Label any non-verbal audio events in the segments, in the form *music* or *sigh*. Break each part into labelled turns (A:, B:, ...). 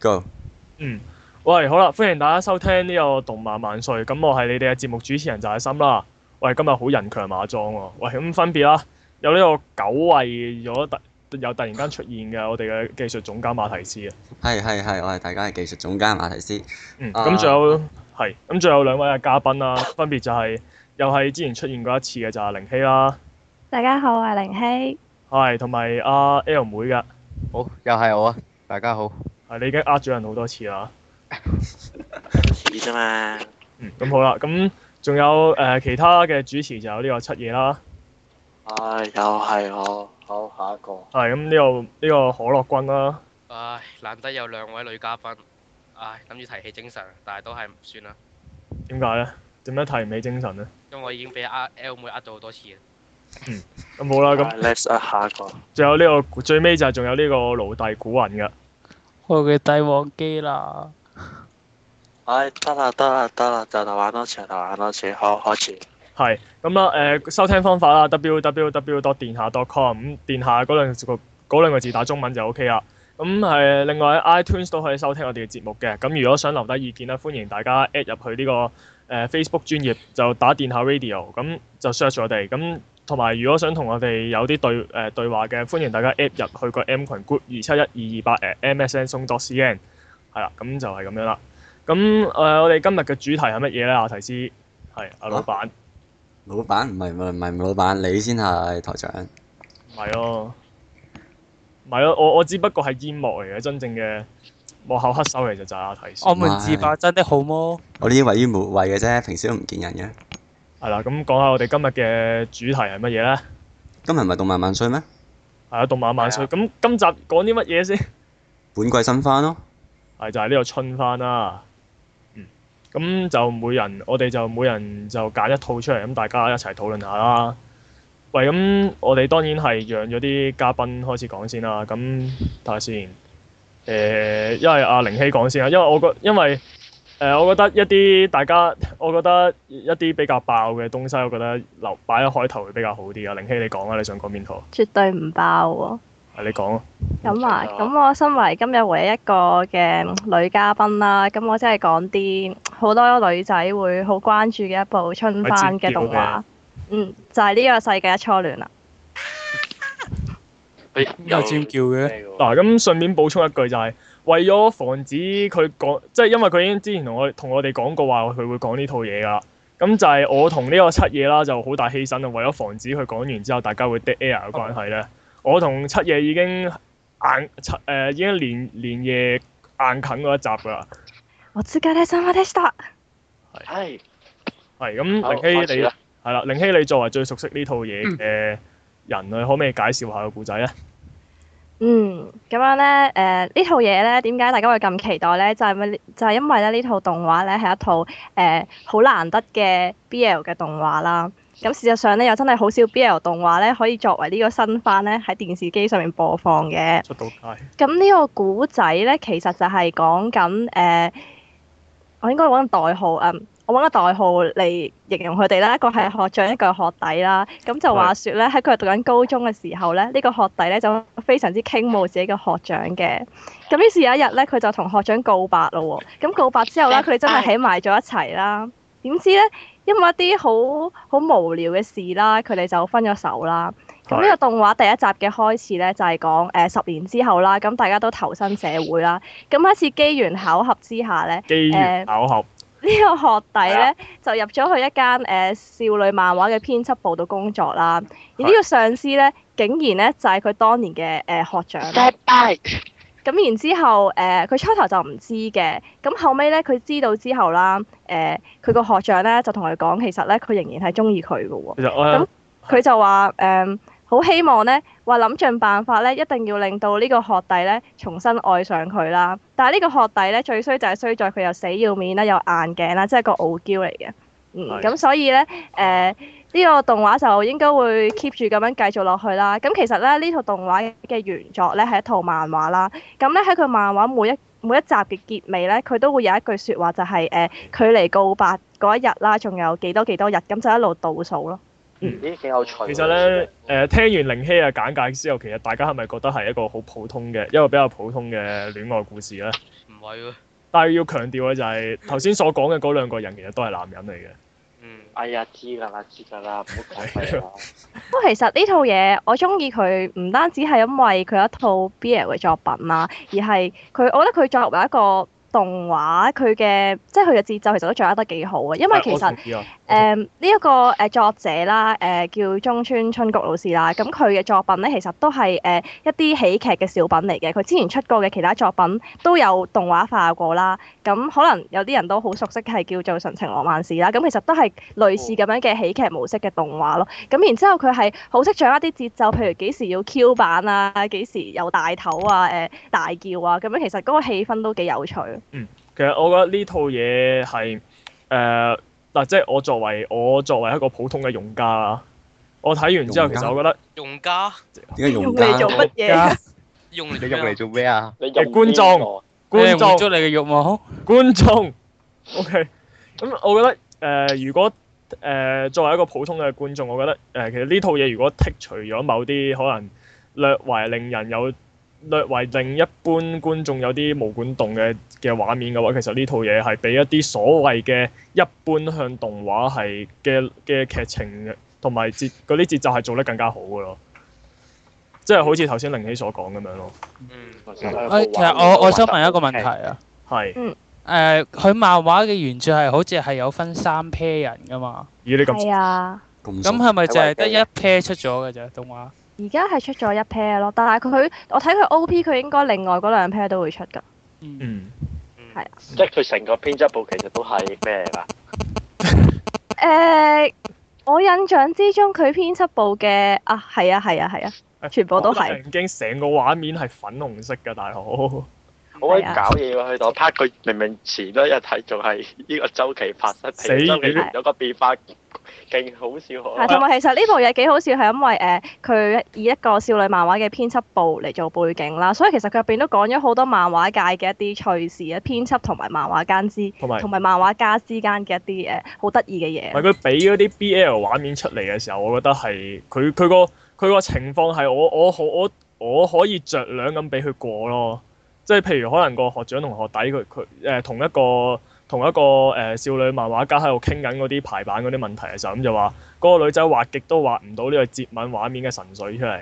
A: go。
B: 嗯，喂，好啦，歡迎大家收聽呢個《動漫萬歲》。咁我係你哋嘅節目主持人就係心啦。喂，今日好人強馬壯喎、喂，咁分別啦，有呢個久啊違咗突又突然間出現嘅我哋嘅技術總監馬提斯啊。
A: 係係係，我係大家嘅技術總監馬提斯。
B: 嗯，
A: 啊
B: 咁仲有係，咁仲有兩位嘅嘉賓啦，分別就係、又係之前出現過一次嘅就係凌希啦，
C: 大家好，我係凌希。
B: 係同埋阿 L 妹嘅，
D: 好，又係我啊！大家好，
B: 係你已經呃咗人好多次啦。
E: 似啫嘛。
B: 嗯，咁好啦，咁仲有誒、呃其他嘅主持就有呢個七夜啦。
E: 唉，又係我，好下一個。
B: 係咁呢個呢個可樂君啦，
F: 唉，難得有兩位女嘉賓，唉，諗住提起精神，但係都係唔算啦，
B: 點解咧？點解提唔起精神咧？
F: 因為我已經俾呃 L 妹呃咗好多次啦。
B: 咁好啦，啊咁
E: 咁 let's
G: 啊
E: 呃下一個。
B: 仲有呢、個最尾就係仲有呢個奴隸古雲嘅，
H: 我嘅帝王機啦，
E: 唉，得啦得啦得啦，就嚟玩多次，就嚟玩多次，好開始。
B: 係咁啦。誒、收聽方法啦，www. 電下 .com 咁電下嗰兩個嗰兩個字打中文就 OK 啦。咁係另外喺 iTunes 都可以收聽我哋嘅節目嘅。咁如果想留低意見咧，歡迎大家 at 入去呢、個誒、Facebook 專頁就打電下 radio，咁就 search 我哋咁。同埋如果想同我哋有啲對誒、呃、對話嘅，歡迎大家 at 入去個 M 群 group 二七一二二八誒 MSN 松 dot CN 係啦，咁就係咁樣啦。咁誒、呃我哋今日嘅主題係乜嘢咧？阿提斯係阿老闆，
A: 老闆唔係唔係唔係老闆，你先係台長。
B: 唔係咯，唔係咯，我我只不過係煙幕嚟嘅，真正嘅幕後黑手嚟就就係阿提斯。
H: 我們自爆真的好麼？
A: 我呢啲位於無謂嘅啫，平時都唔見人嘅。
B: 係啦，咁講下我哋今日嘅主題係乜嘢咧？
A: 今日唔係動漫萬歲咩？
B: 係啊，動漫萬歲。咁今集講啲乜嘢先？
A: 本季新番咯，
B: 係啊就係呢個春番啦。嗯，咁就每人我哋就每人就揀一套出嚟，咁大家一齊討論下啦。喂，咁我哋當然係讓咗啲嘉賓開始講先啦。咁睇下先。誒、因為阿凌希講先啦，因為我覺因為誒、我覺得一啲大家，我覺得一啲比較爆嘅東西，我覺得留擺喺開頭會比較好啲啊。凌希你講啊，你想講邊套？
C: 絕對唔爆喎。
B: 係你講啊。
C: 咁啊，
E: 嗯
C: 咁我身為今日唯一一個嘅嗯女嘉賓啦，咁我真係講啲嗯好多女仔會好關注嘅一部春番嘅動畫。嗯，就係呢個世界初戀啦。
E: 哎
H: 有尖叫嘅
E: 咩喎
B: 嗱，咁順便補充一句就係、為咗防止佢講，即係因為佢已經之前同我同我哋講過話，佢會講呢套嘢㗎啦。咁就係我同呢個七嘢啦，就好大犧牲啊！為咗防止佢講完之後大家會 dead air 嘅關係咧，我同七嘢已經硬七誒、已經連連夜硬啃嗰一集㗎啦。
C: 我知家睇新聞 t
E: 係，
B: 係
E: 好
B: 咁，凌
E: 開
B: 希
E: 始
B: 你
E: 啦。嗯
B: 係啦，凌希你作為最熟悉呢套嘢嘅人，你可唔可以介紹下個故仔咧？
C: 嗯，咁樣咧，誒、呢套嘢咧，點解大家會咁期待咧？就係、咪就係因為咧呢套動畫咧係一套誒好、難得嘅 BL 嘅動畫啦。咁事實上咧，又真係好少 BL 動畫咧可以作為呢個新番咧喺電視機上面播放嘅。
B: 出到街。
C: 咁呢個古仔咧，其實就係講緊誒、呃我應該揾個代號，嗯，我揾個代號嚟形容佢哋啦。一個係學長，一個係學弟啦。咁就話説咧，喺佢哋讀緊高中嘅時候咧，呢、個學弟咧就非常之傾慕自己嘅學長嘅。咁於是有一日咧，佢就同學長告白咯喎。咁告白之後咧，佢哋真係喺埋咗一齊啦。點知咧，因為一啲好好無聊嘅事啦，佢哋就分咗手啦。咁呢個動畫第一集嘅開始咧，就係講誒十年之後啦，咁大家都投身社會啦。咁喺一次機緣巧合之下咧，呢、
B: 機緣巧合。
C: 個學弟咧就入咗去一間誒、呃少女漫畫嘅編輯部度工作啦。而呢個上司咧，竟然咧就係、佢當年嘅誒、呃、學長啦。咁然之後，誒、佢初頭就唔知嘅，咁後尾咧佢知道之後啦，誒、佢個學長咧就同佢講，其實咧佢仍然係中意佢嘅喎。
B: 其實我
C: 佢就話誒，好、希望咧，話諗盡辦法咧，一定要令到呢個學弟咧重新愛上佢啦。但係呢個學弟咧最衰就係衰在佢又死要面啦，又硬頸啦，即係個傲嬌嚟嘅。嗯，
B: 係
C: 咁所以咧誒。呢個動畫就應該會 keep 住咁樣繼續落去啦。咁其實咧，呢套動畫嘅原作咧係一套漫畫啦。咁咧喺佢漫畫每一每一集嘅結尾咧，佢都會有一句説話就係、誒、距離告白嗰一日啦，仲有幾多幾多日，咁就一路倒數咯。
G: 咦，幾有趣
A: 啊
G: 喎。
B: 其實咧，誒、聽完靈希嘅簡介之後，其實大家係咪覺得係一個好普通嘅一個比較普通嘅戀愛故事咧？
F: 唔係喎，
B: 但係要強調嘅就係頭先所講嘅嗰兩個人其實都係男人嚟嘅。
F: 嗯，
G: 哎呀，知㗎啦，知㗎啦，唔好講佢啦。
C: 不過其實呢套嘢我中意佢，唔單止係因為佢一套 BL 嘅作品啦，而係佢我覺得佢作為一個動畫，佢嘅即係佢嘅節奏其實都掌握得幾好啊。因為其實
B: 我同意啊
C: 誒呢一個誒作者啦，誒、叫中村春菊老師啦，咁佢嘅作品咧其實都係誒、一啲喜劇嘅小品嚟嘅，佢之前出過嘅其他作品都有動畫化過啦，咁可能有啲人都好熟悉係叫做《純情浪漫史》啦，咁其實都係類
A: 哦
C: 似咁樣嘅喜劇模式嘅動畫咯，咁然之後佢係好識掌握啲節奏，譬如幾時要 Q 版啊，幾時有大頭啊，誒、大叫啊，咁樣其實嗰個氣氛都幾有趣。
B: 其實我覺得呢套嘢係誒嗱，即係我作為我作為一個普通嘅用家啦，我睇完之後
A: 用家
B: 其實我覺得
F: 用家
A: 點解用
C: 用
A: 家
C: 嚟做乜嘢
H: Dạ.
C: 啊？
F: 用
D: 你
F: 嚟
D: 喐
F: 做咩
D: 嚟
F: 啊
D: 做咩啊？
G: 你用
B: 哎觀眾
G: 邊個
B: 觀
H: 滿
B: 眾
H: 足你嘅欲望。
B: 觀眾，OK，咁我覺得誒、呃如果誒、作為一個普通嘅觀眾，我覺得誒、呃其實呢套嘢如果剔除咗某啲可能略為令人有略為令一般觀眾有啲毛管動嘅嘅畫面嘅話，其實呢套嘢係比一啲所謂嘅一般向動畫係嘅嘅劇情嘅同埋節嗰啲節奏係做得更加好嘅咯，即係好似頭先寧喜所講咁樣咯，
F: 嗯，
G: Dạ,
H: 誒，哎其實我我想問一個問題啊。
B: 係，
H: 誒，佢漫畫嘅原著係好似係有分三 pair 人噶嘛？
B: 咦你咁
C: 係啊。
A: 咁
H: 咁係咪就係得一 pair 出咗嘅啫？動畫
C: 而家係出咗一 pair 咯，但係佢我睇佢 O.P. 佢應該另外嗰兩 pair 都會出㗎。
H: 嗯，
B: 嗯
F: 嗯
C: 係
G: 即係佢成個編輯部其實都係咩嚟㗎？
C: 誒、我印象之中佢編輯部嘅啊，係啊係啊係啊，全部都係。啊
B: 已經成個畫面係粉紅色㗎，大佬。
G: 好鬼
H: 啊
G: 搞嘢喎！去到 part 佢明明前多一睇仲係呢個周期發生，
B: 死
G: 突然周期
B: 你
G: 有個變化，勁好笑
C: 係
G: 啊！
C: 同埋其實呢部嘢幾好笑，係因為誒佢、以一個少女漫畫嘅編輯部嚟做背景啦，所以其實佢入邊都講咗好多漫畫界嘅一啲趣事啊，編輯同埋漫畫間之
B: 同埋
C: 同埋漫畫家之間嘅一啲誒好得意嘅嘢
B: 唔係。佢俾嗰啲 BL 畫面出嚟嘅時候，我覺得係佢佢個佢個情況係我我可我我可以着量咁俾佢過咯，即係譬如可能個學長同學弟佢佢誒同一個同一個誒、呃少女漫畫家喺度傾緊嗰啲排版嗰啲問題嘅時候，咁就話嗰、個女仔畫極都畫唔到呢個接吻畫面嘅神髓出嚟。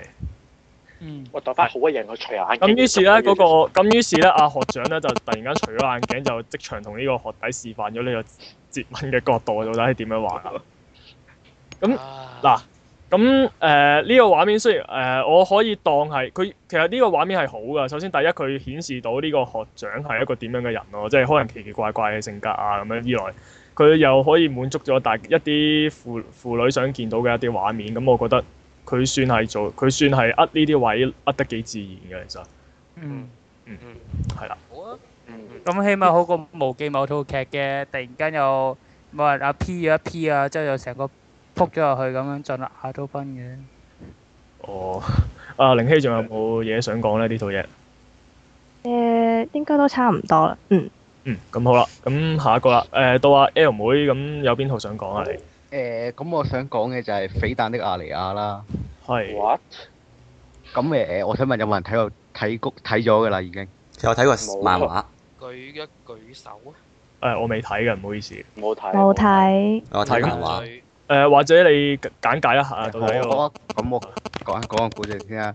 H: 嗯，
G: 我當翻好嘅人，我除眼鏡
B: 啊咁於是咧嗰、個咁於是咧阿學長咧就突然間除咗眼鏡就即場同呢個學弟示範咗呢個接吻嘅角度到底係點樣畫啦。咁
F: 啊
B: 嗱，咁誒呢個畫面雖然誒、呃我可以當係佢其實呢個畫面係好噶。首先第一，佢顯示到呢個學長係一個點樣嘅人咯，即係可能奇奇怪怪嘅性格啊咁樣。二來佢又可以滿足咗大一啲婦婦女想見到嘅一啲畫面。咁我覺得佢算係做佢算係呃呢啲位呃得幾自然嘅，其實
H: 嗯，
F: 嗯
B: 係啦。
F: 好啊，
G: 嗯
H: 咁起碼好過無記某套劇嘅，突然間又冇人啊 P 咗一 P 啊，之後又成個撲咗入去咁樣，盡壓都崩嘅。
B: 哦，阿凌希仲有冇嘢想講咧？呢套嘢
C: 誒、應該都差唔多啦。嗯。
B: 嗯咁好啦，咁下一個啦。誒、到阿 L 妹咁有邊套想講啊？你
D: 誒，呃咁我想講嘅就係《匪彈的亞尼亞》啦。
B: 係。
G: What？
D: 咁誒，我想問有冇人睇過睇谷睇咗㗎啦？已經。
A: 其實我睇過漫畫，
F: 舉一舉手啊，
B: 誒、我未睇嘅，唔好意思。誒、
G: 冇睇，
C: 冇。睇。
A: 我睇漫畫。
F: 最
B: 或者你簡介一下到底個
D: 我啊咁我講一講個故事先啦。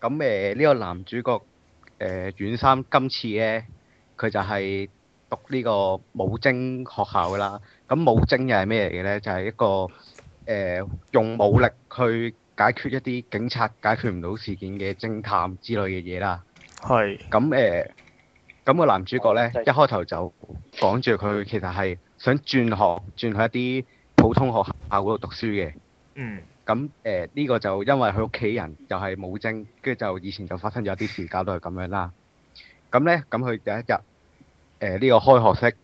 D: 咁呃誒呢個男主角誒遠三今次咧，佢就係讀呢個武精學校噶啦。咁武精又係咩嚟嘅咧？就係、一個誒、用武力去解決一啲警察解決唔到事件嘅偵探之類嘅嘢啦。
B: 係
D: 咁誒，咁、個男主角咧，
G: 即係
D: 一開頭就講住佢其實係想轉學，轉去一啲普通學校嗰度讀書嘅。
B: 嗯
D: 咁誒呢個就因為佢屋企人又係武精，跟住就以前就發生咗啲事，搞到係咁樣啦。咁咧，咁佢有一日誒呢個開學式，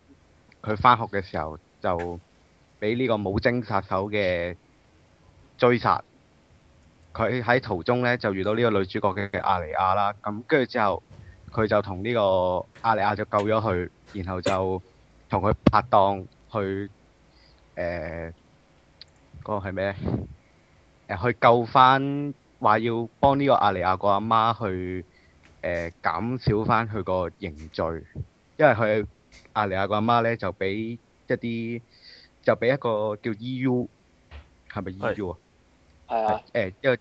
D: 佢翻學嘅時候就俾呢個武精殺手嘅追殺。佢喺途中咧就遇到呢個女主角嘅亞利亞啦。咁跟住之後，佢就同呢個亞利亞就救咗佢，然後就同呃佢拍檔去誒嗰、個係咩咧？誒、呃誒去救翻話要幫呢個阿尼亞個阿媽去誒、減少翻佢個刑罪，因為佢阿尼亞個阿媽咧就俾一啲就俾一個叫 EU 係咪
B: 係
D: EU 啊？
G: 係啊，
D: 誒一個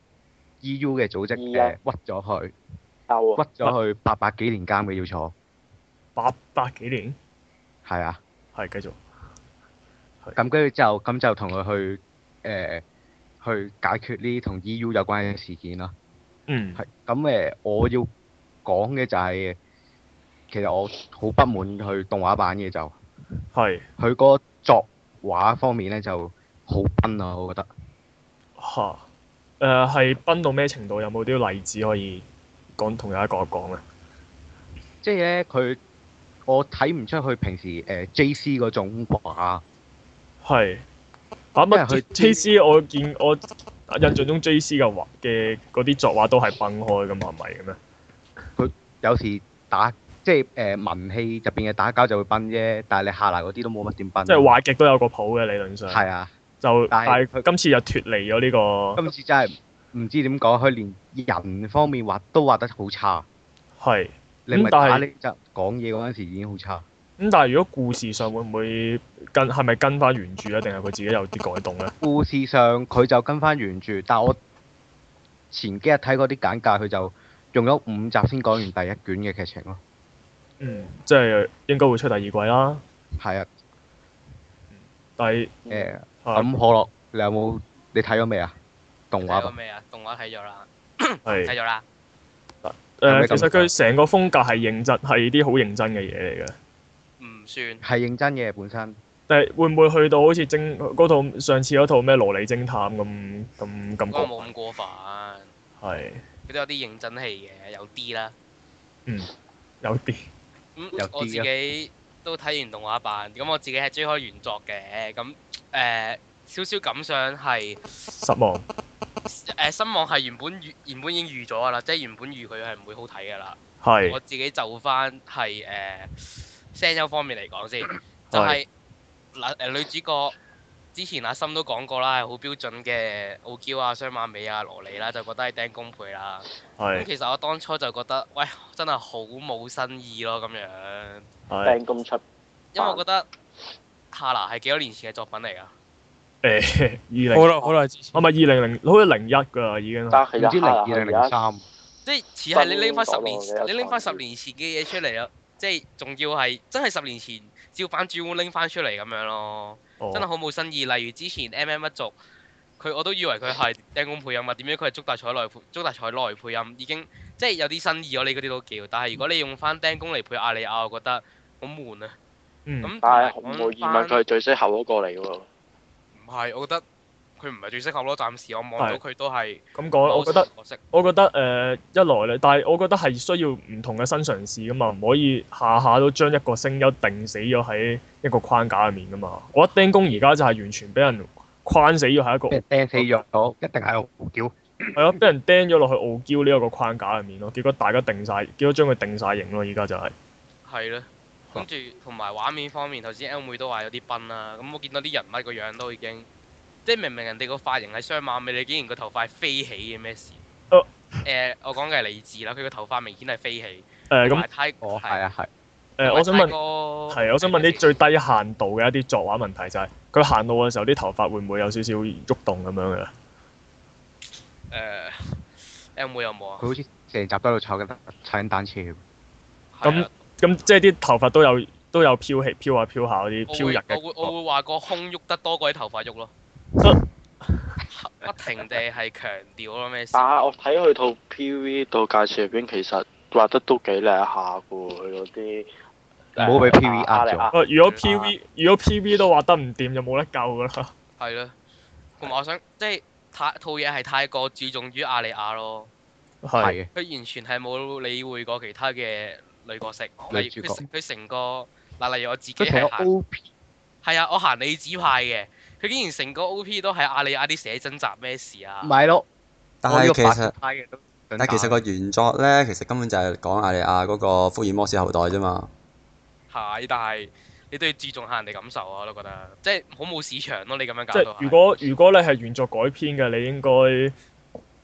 D: EU 嘅組織誒、
G: EU
D: 屈咗佢，
G: 夠啊，
D: 屈咗佢八百幾年監嘅要坐，
B: 八百幾年，
D: 係啊。
B: 係繼續。
D: 咁跟住之後，咁就同佢去誒、去解決呢啲同 EU 有關嘅事件啦。
B: 嗯，
D: 係咁誒，我要講嘅就係、其實我好不滿佢動畫版嘅就
B: 係
D: 佢個作畫方面咧就好崩啊，我覺得
B: 嚇。誒係崩到咩程度？有冇啲例子可以講同大家講一講咧？
D: 即係咧佢我睇唔出佢平時誒、JC 嗰種畫，
B: 係啊，
D: 因為
B: 乜
D: 佢
B: J C 我見我印象中 J C 嘅畫嘅嗰啲作畫都係崩開噶嘛，唔係嘅咩？
D: 有時打即係誒、文戲入邊嘅打交就會崩啫，但係你下嚟嗰啲都冇乜點崩。
B: 即係畫極都有個譜嘅理論上。
D: 嗯係啊。
B: 就但
D: 但係
B: 係今次又脱離咗呢個
D: 今次真係唔知點講，佢連人方面畫都畫得好差。
B: 係
D: 你咪
B: 但係
D: 打呢集講嘢嗰陣時已經好差。
B: 咁，但係如果故事上會唔會跟係咪跟翻原著咧，啊定係佢自己有啲改動咧？
D: 故事上佢就跟翻原著，但我前幾日睇嗰啲簡介，佢就用咗五集先講完第一卷嘅劇情咯。
B: 嗯，即係應該會出第二季啦。
D: 係啊，
B: 但係
G: 嗯
D: 誒、
B: 啊
D: 咁可樂，你有冇你睇咗未啊？動畫
F: 睇咗
D: 版
F: 咩啊？動畫睇咗啦，
B: 係
F: 睇咗啦。
B: 誒，
D: 咩
B: 呃其
D: 感
B: 實
D: 覺
B: 佢成個風格係認真，係啲好認真嘅嘢嚟嘅。
F: 唔算
D: 係認真嘅本身，
B: 但係會唔會去到好似偵嗰套上次嗰套咩羅莉偵探咁咁咁
F: 嗰個
B: 過？
F: 冇咁過分，佢
B: 係
F: 都有啲認真戲嘅，有啲啦。
B: 有啲
F: 咁、
D: 有啲啊
F: 我自己都睇完動畫版，咁我自己係追開原作嘅，咁誒、呃少少感想係
B: 失望。
F: 誒、呃失望係原本預原本已經預咗㗎啦，即係原本預佢係唔會好睇㗎啦。
B: 係
F: 我自己就翻係誒聲優方面嚟講
B: *coughs*
F: 先，就係嗱誒女主角之前阿森都講過啦，係好標準嘅傲嬌啊、雙馬尾啊、羅莉啦，就覺得係釘公配啦。咁
B: 係
F: 其實我當初就覺得，喂，真係好冇新意咯咁樣，
B: 係
G: 掟咁出，
F: 因為
B: 啊
F: 我覺得夏娜係幾多年前嘅作品嚟㗎，
B: 誒 *laughs* 二
H: 好
B: 零，啊
H: 耐好耐之前。
B: 我咪二零零，好似零一㗎啦已經係。
G: 但係
D: 唔
G: 其實
D: 知零
G: 係
D: 二
G: 啊
D: 定
G: 係啊
D: 零三，
F: 即係似係你
G: 新
F: 拎翻十年
G: 講咯，你
F: 你
G: 有
F: 拎翻十
G: 創意
F: 年前嘅嘢出嚟咯，即係仲要係真係十年前照版主碗拎翻出嚟咁樣咯。
B: 哦
F: 真係好冇新意。例如之前 M M 一族，佢我都以為佢係釘工配音啊，點解佢係竹大彩內配竹大彩內配音已經即係有啲新意咯。你嗰啲都叫，但係如果你用翻釘工嚟配阿里亞，我覺得好悶啊。
B: 嗯
F: 咁
G: 但係
F: 同
G: 毫
F: 埋
G: 無疑
F: 講
G: 問，
F: 返
G: 佢係最適合嗰個嚟嘅喎。
F: 唔係，我覺得佢唔係最適合咯。暫時我望到
B: 係
F: 佢都係，
B: 咁講，我覺得。
F: 可惜。
B: 我覺得誒、呃一來咧，但係我覺得係需要唔同嘅新嘗試噶嘛，唔可以下下都將一個聲優定死咗喺一個框架入面噶嘛。我覺得釘工而家就係完全俾人框死咗喺一個
D: 俾人掟死咗，一定係傲嬌。
B: 係咯，俾人釘咗落去傲嬌呢一個框架入面咯。結果大家定晒，結果將佢定晒型咯。而家就係、
F: 係咯。跟住同埋畫面方面，頭先 L 妹都話有啲崩啦。咁我見到啲人物個樣都已經，即係明明人哋個髮型係雙馬尾，你竟然個頭髮係飛起嘅咩事？
B: 哦
F: 誒、我講嘅係理智啦，佢個頭髮明顯係飛起。
B: 誒
F: 同
B: 呃咁
F: 埋太
D: 哦，係啊，係。
B: 誒，我想問
F: 問
B: 係，我想問啲最低限度嘅一啲作畫問題就係、佢行路嘅時候啲頭髮會唔會有少少喐動咁樣嘅？
F: 誒 L 妹有冇啊
D: 佢？好似成集都喺度踩緊踩緊單車咁。
F: 係啊
B: 咁即係啲頭髮都有都有飄起飄下飄下嗰啲
F: 我
B: 飄
F: 會
B: 逸
F: 我
B: 嘅
F: 會我會話個胸喐得多過啲頭髮喐咯。不停地係強調咯咩事？
G: 但係我睇佢套 P.V. 到介紹入邊，其實畫得都幾靚下嘅喎，佢嗰啲
B: 啊
G: 啊
D: 唔好俾 PV 呃咗
B: 喂，如果
F: 嗯
B: P.V. 如果 P.V. 都畫得唔掂，就冇得救噶啦。
F: 係咯，同埋我想即係太套嘢係太過注重於阿里亞咯，
B: *laughs* 係
D: 係嘅。
F: 佢完全係冇理會過其他嘅女角色，
D: 女
F: 例如
D: 主角
F: 佢成佢成個嗱，例如我自己
D: 佢成
F: 係
D: 個
F: 行
D: O P
F: 係啊，我行理子派嘅，佢竟然成個 O.P. 都係阿里亞啲寫真集咩事啊
D: 唔？係咯，
A: 但
D: 我呢
A: 係
D: 個
A: 其
D: 白色
A: 實，
D: 派嘅都想
A: 但係其實
D: 打
A: 個原作咧，其實根本就係講亞利亞嗰個福爾摩斯後代啫嘛。
F: 係，但係你都要注重下人哋感受啊！我都覺得即係好冇市場咯，你咁樣
B: 即
F: 搞
B: 係
F: 到係。
B: 如果如果你係原作改編嘅，你應該誒、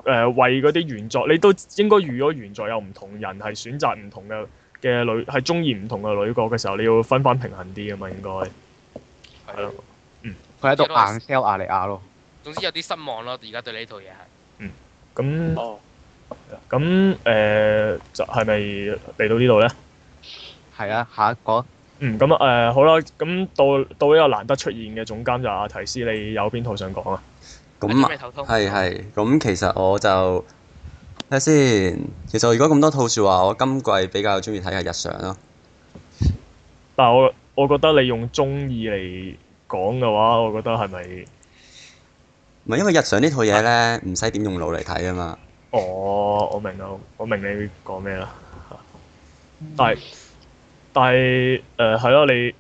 B: 呃、為嗰啲原作，你都應該預咗原作有唔同人係選擇唔同嘅嘅女，係中意唔同嘅女角嘅時候，你要分翻平衡啲啊嘛，應該係咯。
D: 佢喺度
F: 即係都係
D: 硬 sell 亞利亞咯。
F: 總之有啲失望咯，而家對呢套嘢係。
B: 咁
G: 哦，
B: 咁誒就係咪嚟到呢度咧？
D: 係啊，下一個
B: 嗯，咁誒、呃好啦，咁到到呢個難得出現嘅總監就係阿提斯，你有邊套想講啊？
F: 係啲
A: 咁
F: 咩頭痛？
A: 係係，咁其實我就睇下先。其實如果咁多套説話，我今季比較中意睇係日常咯。
B: 但係我我覺得你用中意嚟講嘅話，我覺得係咪？
A: 唔係因為日常呢套嘢咧，唔使點用腦嚟睇啊嘛。
B: 哦，我明啦，我明你講咩啦。但係但係誒係咯，你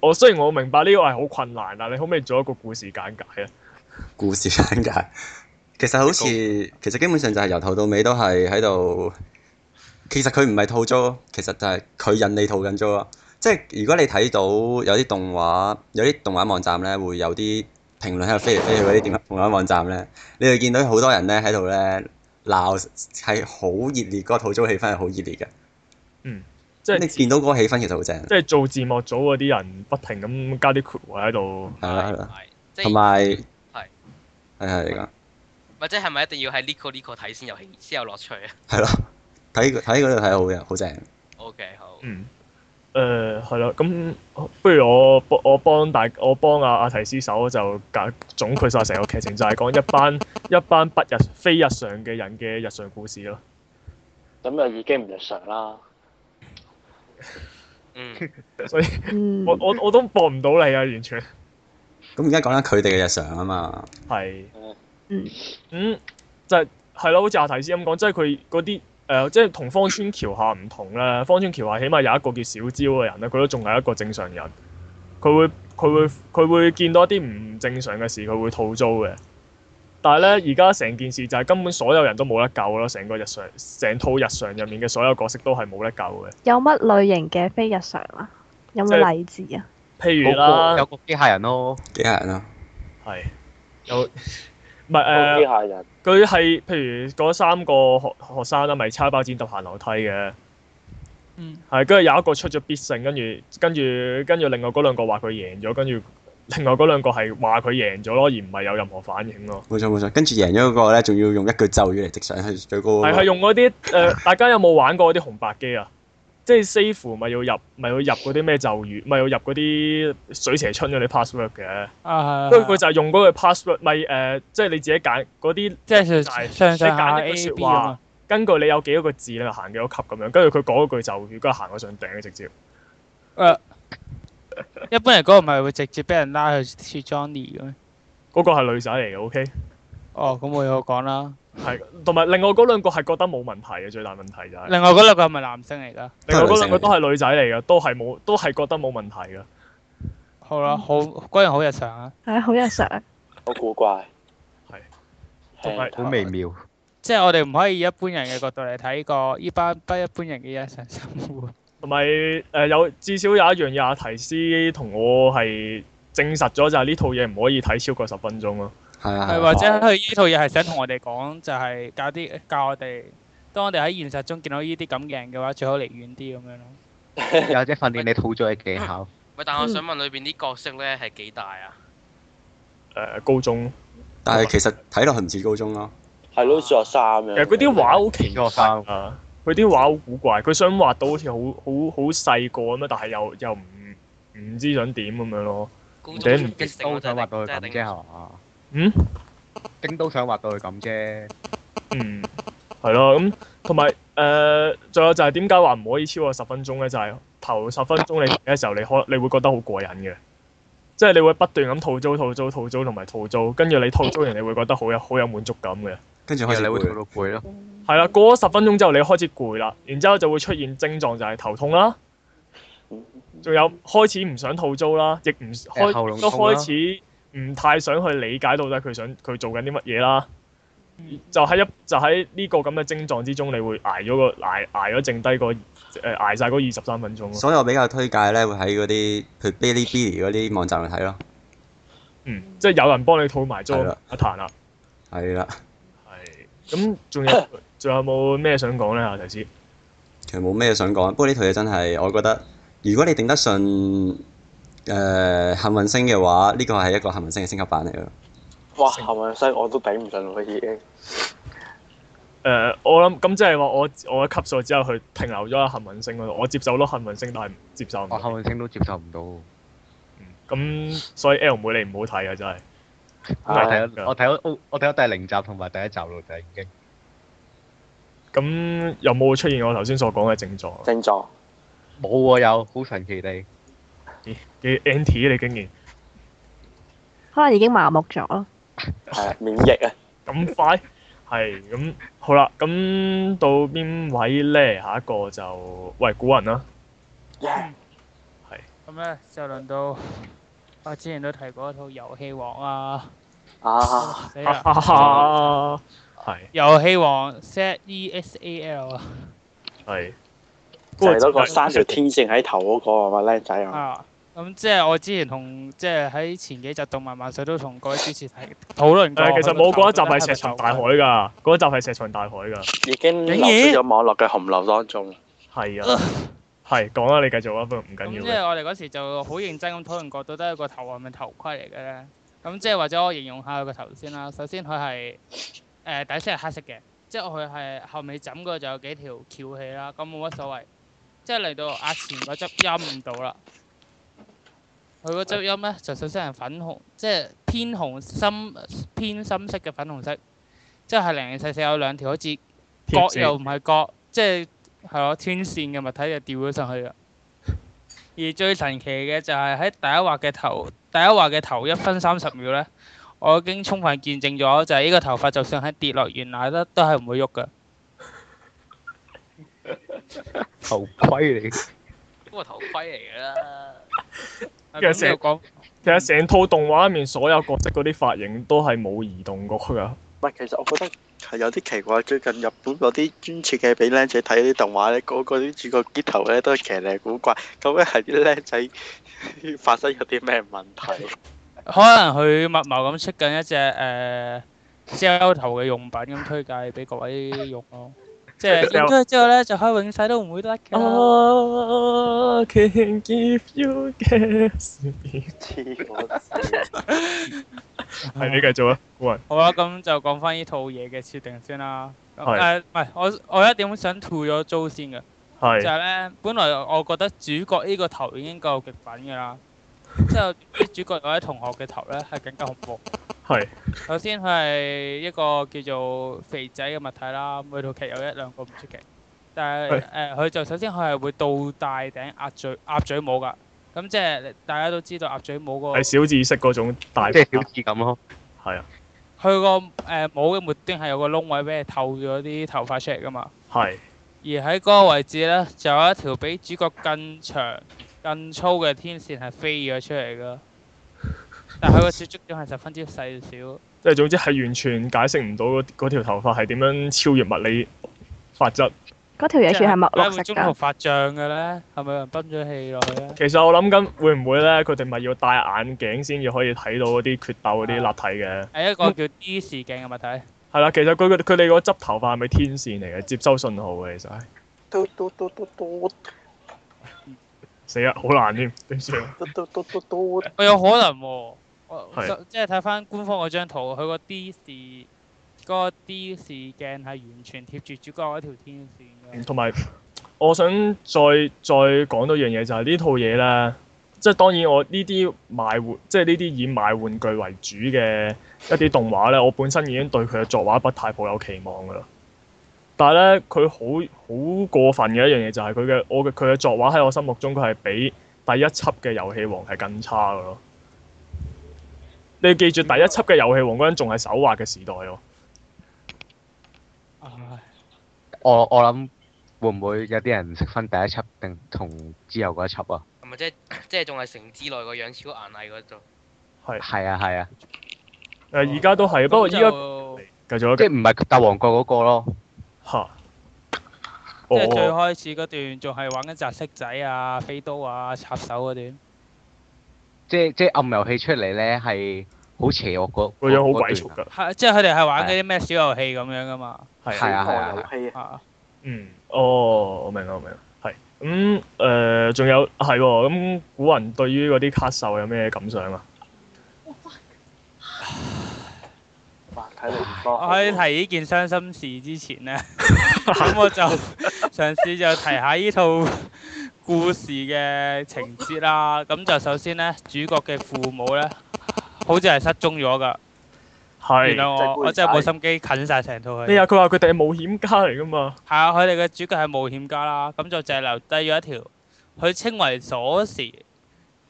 B: 我雖然我明白呢個係好困難，啊但你可唔可以做一個故事簡介啊咧？
A: 故事簡介 *laughs* 其實好似其實基本上就係由頭到尾都係喺度。其實佢唔係套租，其實就係佢引你套緊租咯。即係如果你睇到有啲動畫，有啲動畫網站咧會有啲評論喺度飛嚟飛去嗰啲動畫動畫網站咧，你會見到好多人咧喺度咧鬧，係好熱烈，嗰個套租氣氛係好熱烈嘅。
B: 即
A: 你
B: 係
A: 見到嗰個氣氛其實好正，
B: 即係做字幕組嗰啲人不停咁加啲括弧喺度，
A: 係啦係啦，
F: 係即係
A: 同埋係
F: 係
A: 係嚟㗎，
F: 或者係咪一定要喺呢個呢個睇先有興先有樂趣啊
A: 係咯，睇睇嗰度睇好嘅，好正。
F: ？OK，好。
B: 嗯。誒呃係啦，咁不如我幫我幫大我幫阿阿提斯手就簡總括晒成個劇情，就係講一班 *laughs* 一班不日非日常嘅人嘅日常故事咯。
G: 咁就已經唔日常啦。
F: 嗯，
C: 嗯
B: 我我我都搏唔到你啊，完全。
A: 咁而家講緊佢哋嘅日常啊嘛，
B: 係。
C: 嗯
B: 嗯，就係係咯，好似阿提斯咁講，即係佢嗰啲誒，即係同芳村橋下唔同啦。芳村橋下起碼有一個叫小蕉嘅人咧，啊佢都仲係一個正常人。佢會佢會佢會見到一啲唔正常嘅事，佢會吐槽嘅。但係咧，而家成件事就係根本所有人都冇得救咯，成個日常成套日常入面嘅所有角色都係冇得救嘅。
C: 有乜類型嘅非日常啊？有
B: 即
C: 冇
B: 係
C: 例子啊？
B: 譬如
D: 嗰個
B: 啦
D: 有，個機械人咯，
A: 幾係人啊咯，
B: 係有唔係誒
D: 啊
G: 機？械人
B: 佢係譬如嗰三個學學生啦，咪叉包剪揼行樓梯嘅，
H: 嗯，
B: 係跟住有一個出咗必勝，跟住跟住跟住另外嗰兩個話佢贏咗，跟住 *laughs* 另外嗰兩個係話佢贏咗咯，而唔係有任何反應咯。
A: 冇錯冇錯。跟住贏咗嗰個咧，仲要用一句咒語嚟直上去最高嗰個。啊
B: 係係用嗰啲誒， *laughs* 大家有冇玩過嗰啲紅白機啊？即係 save 咪要入，咪要入嗰啲咩咒語，咪要入嗰啲水蛇春嗰啲 password 嘅。
H: 啊，
B: 跟住佢就係用嗰個 password，咪誒，即係你自己揀嗰啲
H: 即係上上
B: 你
H: 下
B: 揀一
H: A
B: 句
H: B
B: 説話
H: 啊，
B: 根據你有幾多個字，你就行幾多級咁樣。跟住佢講一句就語，跟住行咗上頂嘅直接。
H: 嘛。誒，呃一般嚟講唔係會直接俾人拉去似 Johnny 嘅咩？
B: 嗰、個係女仔嚟嘅，OK。
H: 哦，咁我有講啦。
B: 係，同埋另外嗰兩個係覺得冇問題嘅，最大問題就係、
H: 另外嗰兩個係咪男性嚟㗎？
B: 另外嗰兩個
A: 都
B: 都係女仔嚟嘅，都係冇，都係覺得冇問題嘅。
H: 好啦，好果然好日常啊！
C: 係好日常。
G: 好古怪，
B: 係同埋
G: 係
D: 好微妙。
A: *laughs*
H: 即係我哋唔可以以一般人嘅角度嚟睇過呢班不一般人嘅日常生活。
B: 同埋誒有至少有一樣嘢，阿提斯同我係證實咗，就係呢套嘢唔可以睇超過十分鐘咯。
A: 係啊
H: 係
A: 係啊
H: 或者佢呢套嘢係想同我哋講，就係教啲教我哋，當我哋喺現實中見到呢啲咁嘅人嘅話，最好離遠啲咁樣咯。
D: 有隻訓練你吐咗嘅技巧，
F: 喂，但我想問裏邊啲角色咧係幾大啊？
B: 誒、呃高中
A: 但係其實睇落去唔似高中咯。
G: 係咯，好似學生咁
B: 其
G: 樣。
B: 實嗰啲畫好奇
D: 學生
B: 怪啊，佢啲畫好古怪，佢想畫到好似好好好細個咁樣，但係又又唔唔知想點咁樣咯。
F: 公眾
B: 頂唔
F: 激
D: 都想畫到佢咁
F: 真係
D: 啫
F: 頂唔
D: 係嘛？
B: 嗯，
D: 丁都想畫到佢咁啫。
B: 嗯，係咯，咁同埋誒，呃仲、有就係點解話唔可以超過十分鐘咧？就係、頭十分鐘你睇嘅時候，你可你會覺得好過癮嘅，即係你會不斷咁吐槽、吐槽、吐槽同埋吐槽，跟住你吐槽完，你會覺得好有好有滿足感嘅。
A: 跟住
D: 然
A: 開
D: 後
A: 始
D: 你會
A: 攰
D: 吐到攰咯。
B: 係啦，過咗十分鐘之後，你開始攰啦，然之後就會出現症狀就係頭痛啦，仲有開始唔想吐糟啦，亦唔開
D: 喉嚨
B: 都
D: 痛啦
B: 開始唔太想去理解到底佢想佢做緊啲乜嘢啦。就喺一就喺呢個咁嘅症狀之中，你會捱咗個捱捱咗剩低個誒捱晒嗰二十三分鐘咯。
A: 所以我比較推介咧，會喺嗰啲譬如 Bilibili 嗰啲網站度睇咯。
B: 嗯，即係有人幫你套埋咗
A: 係啦
B: 一彈啦。
A: 係啦，
B: 係。咁仲有仲有冇咩想講咧？阿提斯，
A: 其實冇咩想講。不過呢套嘢真係，我覺得如果你頂得順誒、幸運星嘅話，呢個係一個幸運星嘅升級版嚟咯。
E: 哇，係咪西我都頂唔順佢已經。
B: 誒，呃我諗咁即係話我我嘅級數之後去停留咗喺幸運星嗰度，我接受到幸運星，但係唔接受唔
D: 我
E: 啊
B: 到。
D: 後運星都接受唔到。
B: 嗯咁所以 L 妹你唔好睇啊，真係。
D: 我
G: 啊
D: 睇咗我睇咗 O- 我睇咗第零集同埋第一集咯，就已經。
B: 咁有冇出現我頭先所講嘅症狀啊？
E: 症狀
D: 冇喎，有好神奇地， *laughs*
B: 幾 anti 你竟然
C: 可能已經麻木咗咯。
E: 係啊免疫啊，
B: 咁快？ *laughs* 係咁好啦，咁到邊位咧？下一個就喂古人啦，
E: 耶！
H: 咁咧就輪到我之前都提過一套遊戲王啊，
E: 啊，
H: 死
B: 哈
H: 啦！
B: 哈哈，係
H: 遊戲王 set E S A L 啊，
B: 係。
E: 就係嗰個三條天線喺頭嗰個係咪僆仔啊？
H: 啊，咁即係我之前同即係喺前幾集動漫萬歲都同各位主持提討論過。
B: 誒，其實冇嗰一集
H: 我覺得
B: 係
H: 咪
B: 石沉
H: 頭
B: 大海㗎，嗰一集係石沉大海㗎，
E: 已經流失咗網絡嘅洪流當中。
B: 係啊，係講啦，你繼續啊，不過唔緊
H: 咁
B: 要
H: 即係
B: 嘅。
H: 我哋嗰時就好認真咁討論過，到底個頭係咪頭盔嚟嘅咧？咁即係或者我形容下佢個頭先啦。首先佢係誒底色係黑色嘅，即係佢係後尾枕嗰度就有幾條翹起啦，咁冇乜所謂。即係嚟到壓前嗰執陰唔到啦。佢嗰執陰咧就首先係粉紅，即係偏紅深偏深色嘅粉紅色，即係零零細細有兩條好似
B: 貼
H: 角
B: 紙
H: 又唔係角，即係係咯天線嘅物體就吊咗上去啦。而最神奇嘅就係喺第一畫嘅頭，第一畫嘅頭一分三十秒咧，我已經充分見證咗，就係呢個頭髮就算喺跌落懸崖都都係唔會喐嘅。
D: 頭盔嚟，
F: 嗰個頭盔嚟㗎啦。
B: 其實
H: 咁就講
B: 其實成套動畫入面所有角色嗰啲髮型都係冇移動過㗎。
G: 唔係，其實我覺得係有啲奇怪。最近日本嗰啲專設嘅俾僆仔睇嗰啲動畫咧，個個啲主角啲頭咧都係騎呢古怪，究竟係啲僆仔發生咗啲咩問題？
H: 可能佢密謀咁出緊一隻誒 gel 頭嘅用品咁推介俾各位用咯，即
B: *laughs*
H: 係用咗之後咧就可以永世都唔會甩㗎
B: 哦
H: 啦。
B: I can give you gas。係
E: 黐我線！
B: 你繼續啊，古人。
H: 好啦，咁就講翻呢套嘢嘅設定先啦。咁
B: 係
H: 誒唔係我我有一點想吐咗租先嘅。就
B: 係
H: 係咧，本來我覺得主角呢個頭已經夠極品
B: *laughs*
H: 㗎啦，之後主角有位同學嘅頭咧係更加恐怖。
B: 係
H: 首先佢係一個叫做肥仔嘅物體啦，每套劇有一兩個唔出奇，但係誒
B: 係
H: 佢就首先佢係會到大頂鴨嘴鴨嘴帽㗎，咁即係大家都知道鴨嘴帽個
B: 係小知識嗰種大
D: 即係小智咁咯。
B: 係啊
H: 佢個誒帽嘅末端係有個窿位俾你透咗啲頭髮出嚟㗎嘛。
B: 係
H: 而喺嗰個位置呢，就有一條比主角更長、更粗嘅天線係飛咗出
B: *laughs*
H: 嚟噶。但係佢個接觸點係十分之細小，
B: 即係總之係完全解釋唔到嗰嗰條頭髮係點樣超越物理法則。
C: 嗰條嘢
H: 即
C: 全係墨綠
H: 會
C: 色
H: 中途
C: 㗎，
H: 發脹嘅呢？係咪有人泵咗氣落
B: *laughs*
H: 去呢？
B: 其實我諗緊會唔會咧，佢哋咪要戴眼鏡先至可以睇到嗰啲決鬥嗰啲立體嘅。
H: 係一個叫 D 視鏡嘅物體。
B: 係啦，其實佢佢佢哋個執頭髮係咪天線嚟嘅？接收信號嘅其實係。
E: 嘟嘟嘟嘟嘟
B: 死啦，好難添，點算啊？
E: 嘟嘟嘟嘟嘟，
H: 佢有可能喎、我
B: 係
H: 就即係睇翻官方嗰張圖，佢個 D 視嗰個 D 視鏡係完全貼住主角嗰條天線嘅。
B: 同埋我想再再講多樣嘢就係呢套嘢咧，即係當然我呢啲賣玩，即係呢啲以賣玩具為主嘅一啲動畫咧，我本身已經對佢嘅作畫不太抱有期望噶啦。但係咧，佢好好過分嘅一樣嘢就係佢嘅我嘅佢嘅作畫喺我心目中佢係比第一輯嘅遊戲王係更差噶咯。你要記住第一輯嘅遊戲王嗰陣仲係手畫嘅時代喎。
H: 唉
D: 我我諗會唔會有啲人唔識分第一輯定同之後嗰一輯啊？
F: 同埋即係即係仲係城之內個樣超硬毅嗰度。
D: 係啊係啊，
B: 誒而家都係，不過依家
H: 咁就
B: 繼續一
D: 即
B: 繼
D: 係唔係大王國嗰個咯。
B: 嚇。
H: 即係最
B: 哦，
H: 開始嗰段仲係玩緊扎色仔啊、飛刀啊、插手嗰段，
D: 即係即係暗遊戲出嚟咧，係好邪惡嗰
B: 個樣好鬼畜
D: 嗰段
B: 㗎，
D: 啊
H: 係即係佢哋係玩嗰啲咩小遊戲咁樣噶嘛。
B: 係
D: 係啊係啊係啊
G: 遊戲啊，
H: 啊，
B: 嗯，哦，我明啦，我明啦，係咁誒，仲、有係喎，咁、古人對於嗰啲卡獸有咩感想啊？
G: 哇睇嚟唔
H: 我
G: 多。
H: 喺提呢件傷心事之前咧，咁我就 *laughs* 嘗試就提下呢套故事嘅情節啦。咁就首先咧，主角嘅父母咧，好似係失蹤咗噶。
B: 係
G: 即
H: 原來
G: 係
H: 我
G: 故
H: 我
G: 意
H: 真係冇
G: 踩
H: 心機近晒成套戲。
B: 咩啊？佢話佢哋係冒險家嚟噶嘛？
H: 係啊，佢哋嘅主角係冒險家啦，咁就淨係留低咗一條佢稱為鎖匙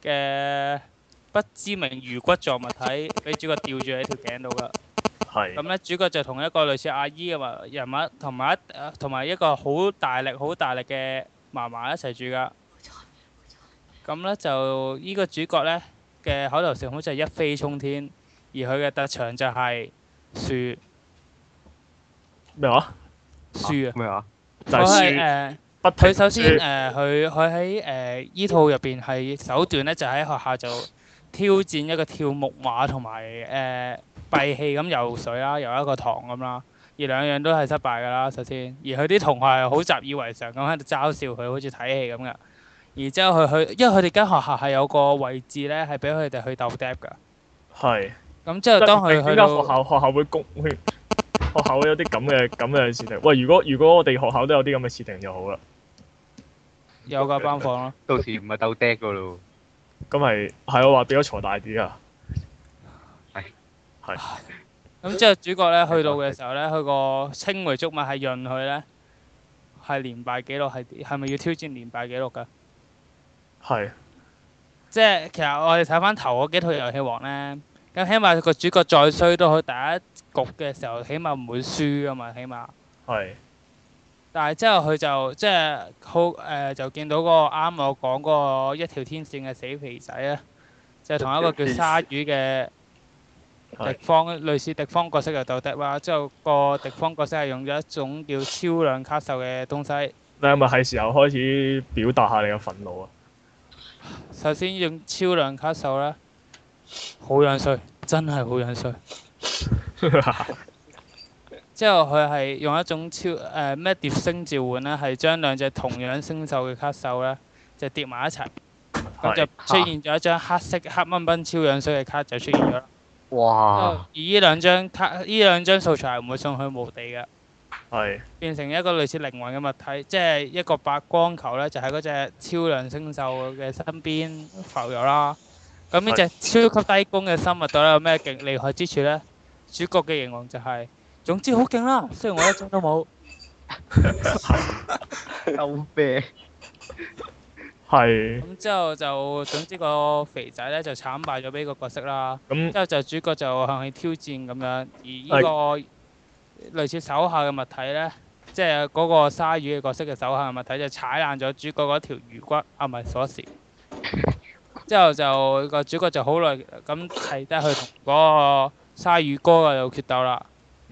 H: 嘅不知名魚骨狀物體，俾主角吊住喺條頸度噶。
B: 係
H: 咁咧，主角就同一個類似阿姨嘅物人物，同埋一呃同埋一個好大力、好大力嘅嫲嫲一齊住噶。咁咧就呢個主角咧嘅口頭禪好似係一飛沖天，而佢嘅特長就係樹
B: 咩話？
H: 樹啊，
D: 咩啊？
B: 就係
H: 佢係
B: 輸
H: 誒。
B: 不停
H: 佢首先
B: 輸
H: 誒，呃佢佢喺誒依套入邊係手段咧，就喺學校就挑戰一個跳木馬同埋誒閉氣咁游水啦，游一個堂咁啦。而兩樣都係失敗㗎啦，首先。而佢啲同學係好習以為常咁喺度嘲笑佢，好似睇戲咁㗎。然之後佢去，因為佢哋間學校係有個位置咧，係俾佢哋去鬥 dap 㗎。
B: 係。
H: 咁之後當佢
B: 點
H: 去
B: 解
H: 到
B: 學校學校會公會學校會有啲咁嘅咁嘅設定？喂，如果如果我哋學校都有啲咁嘅設定就好啦。
H: 有個班房咯，
D: 到時唔係鬥爹
B: *laughs*
D: 噶咯。
B: 咁係係我話俾咗坐大啲啊！
H: 咁之後主角咧去到嘅時候咧，佢個青梅竹馬係潤佢咧，係連敗紀錄係係咪要挑戰連敗紀錄㗎？
B: 係
H: 即係其實我哋睇翻頭嗰幾套遊戲王咧，咁起碼個主角再衰都好，第一局嘅時候起碼唔會輸㗎嘛，起碼。
B: 係
H: 但係之後佢就即係好誒、就見到嗰個啱我講嗰個一條天線嘅死肥仔咧，就同一個叫鯊魚嘅。
B: 係
H: 敵方類似敵方角色嘅鬥敵啦，之後個敵方角色係用咗一種叫超量卡獸嘅東西。
B: 你係咪係時候開始表達下你嘅憤怒啊？ *laughs*
H: 首先用超量卡獸咧，好樣衰，真係好樣衰。之後佢係用一種超誒咩、碟星召喚咧，係將兩隻同樣星獸嘅卡獸咧就疊埋一齊，咁就
B: 係
H: 出現咗一張黑色黑蚊蚊超樣衰嘅卡就出現咗啦。之後
D: 哇！
H: 而呢兩張卡，呢兩張素材係唔會送去墓地嘅。
B: 係
H: 變成一個類似靈魂嘅物體，即係一個白光球咧，就喺嗰只超量星獸嘅身邊浮遊啦。咁呢只超級低攻嘅生物到底有咩勁厲害之處咧？主角嘅形容就係、總之好勁啦，雖然我一張都冇。
D: 鬥啤
B: 係
H: 咁之後就總之個肥仔咧就慘敗咗俾個角色啦。
B: 咁
H: 之後就主角就向佢挑戰咁樣，而
B: 係
H: 呢個類似手下嘅物體咧，即係嗰個鯊魚嘅角色嘅手下嘅物體就踩爛咗主角嗰條魚骨啊，唔係鎖匙。之後就個主角就好耐咁係得去同嗰個鯊魚哥嘅度決鬥啦。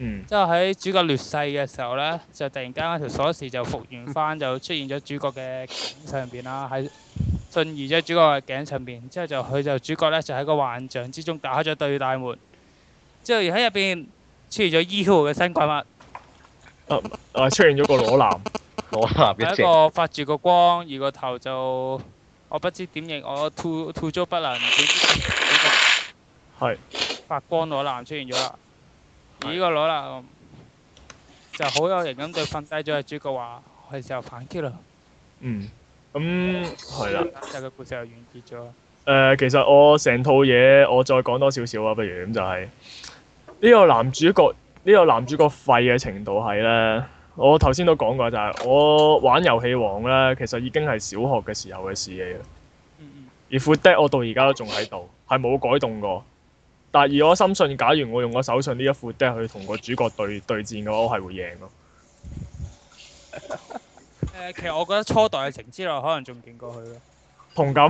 B: 嗯
H: 之後喺主角劣勢嘅時候咧，就突然間嗰條鎖匙就復原翻，就出現咗主角嘅頸上邊啦，喺進而咗主角嘅頸上邊。之後就佢就主角咧就喺個幻象之中打開咗對大門，之後而喺入邊出現咗 E.O. 嘅新怪物，
B: 啊出現咗個裸男。
D: 攞男
H: 係
D: 一
H: 一
D: 隻，
H: 個發住個光，而個頭就我不知點形，我吐吐足不能，總之
B: 係
H: 發光裸男出現咗啦。而呢個裸男就好有型咁對瞓低咗嘅主角話：係時候反擊啦！
B: 嗯咁係啦。
H: 就個故事又完結咗啦。
B: 誒、其實我成套嘢我再講多少少啊，不如咁就係、呢、個男主角呢、個男主角廢嘅程度係咧，我頭先都講過就係、我玩遊戲王咧，其實已經係小學嘅時候嘅事嚟嘅。
H: 嗯
B: 而 f o o d e 我到而家都仲喺度，係冇改動過。但而我深信，假如我用我手上呢一 f o o d e 去同個主角對對戰嘅話，我係會贏咯。
H: 嗯。誒、其實我覺得初代嘅情之內可能仲勁過佢咯。
B: 同感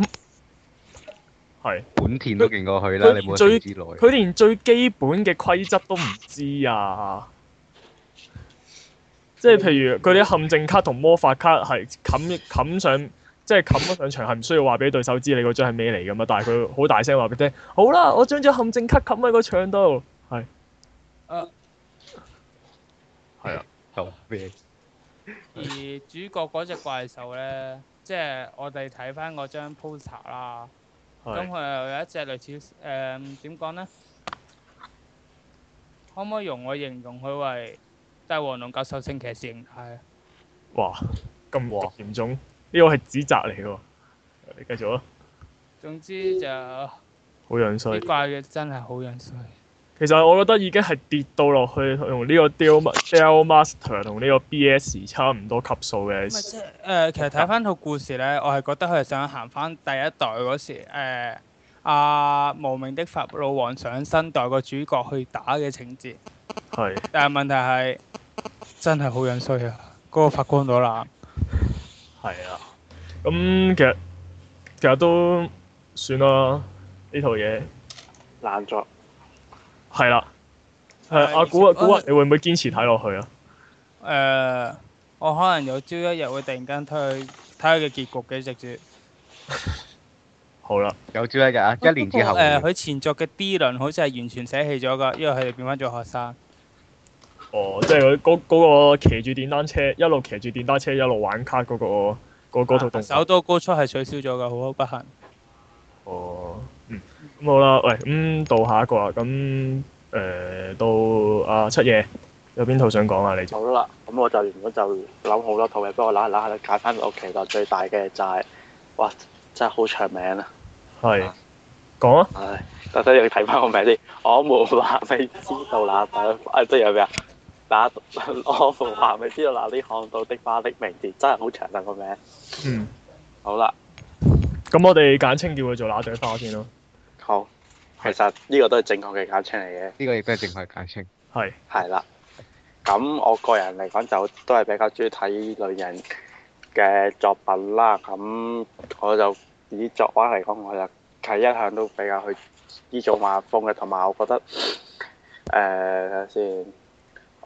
B: 係
D: 本田都勁過佢啦，
B: 佢
D: 你冇得
B: 最
D: 之內。
B: 佢連最基本嘅規則都唔知啊！即係譬如佢啲陷阱卡同魔法卡係冚冚上，即係冚咗上牆係唔需要話俾對手知你嗰張係咩嚟噶嘛，但係佢好大聲話俾你聽，好啦，我將張陷阱卡冚喺個牆度，係
D: 做咩？
H: 而主角嗰只怪獸咧，即係我哋睇翻嗰張 poster 啦，咁
B: 係
H: 佢又有一隻類似誒點講咧？可唔可以用我形容佢為帝王龍教授聖騎士形態啊？
B: 哇咁咁嚴重，呢個係指責嚟嘅喎，你繼續啊，
H: 總之就呢
B: 好樣衰。
H: 怪嘅真係好樣衰。
B: 其實我覺得已經係跌到落去同呢個 Dell Dell Master 同呢個 BS 差唔多級數嘅
H: 咁咪。即係誒，其實睇翻套故事咧，我係覺得佢係想行翻第一代嗰時誒，阿無名的法老王上身代個主角去打嘅情節。
B: 係
H: 但係問題係真係好樣衰啊！嗰、個發光到啦，
B: 係啊。咁其實其實都算啦，呢套嘢
G: 爛作。
B: 係啦。
H: 係
B: 係阿古啊，古啊，你會唔會堅持睇落去啊？
H: 誒、呃我可能有朝一日會突然間推佢睇佢嘅結局嘅直接。
B: 好啦，
D: 有朝一日啊，一年之
H: 誒，
D: 後
H: 哦呃佢、前作嘅 D 輪好似係完全捨棄咗㗎，因為佢哋變翻咗學生。
B: 哦，即係嗰嗰嗰個騎住電單車，一路騎住電單車一路玩卡嗰個嗰嗰套動畫
H: 首都高出係取消咗㗎，好不幸。
B: 哦，嗯，咁好啦，喂，咁、到下一個啦，咁誒、到阿、七爺有邊套想講啊？你就
G: 好啦，咁我就原本就諗好多套嘅，不過揦下揦下咧，解翻我期待最大嘅就係、哇，真係好長名啊！
B: 係講啊，
G: 唉，等等要睇翻個名先。我們話未知道那等，啊，即係有咩啊？那 *laughs* 我們話未知道那啲看到的花的名字，真係好長啊個名。
B: 嗯，
G: 好啦，
B: 咁我哋簡稱叫佢做乸仔花先咯，
G: 好，其實呢個都係正確嘅簡稱嚟嘅。
D: 呢個亦都係正確嘅解稱。
B: 係
G: 係啦。咁我個人嚟講就都係比較中意睇類型嘅作品啦。咁我就以作畫嚟講，我就係一向都比較去呢種畫風嘅，同埋我覺得誒睇下先，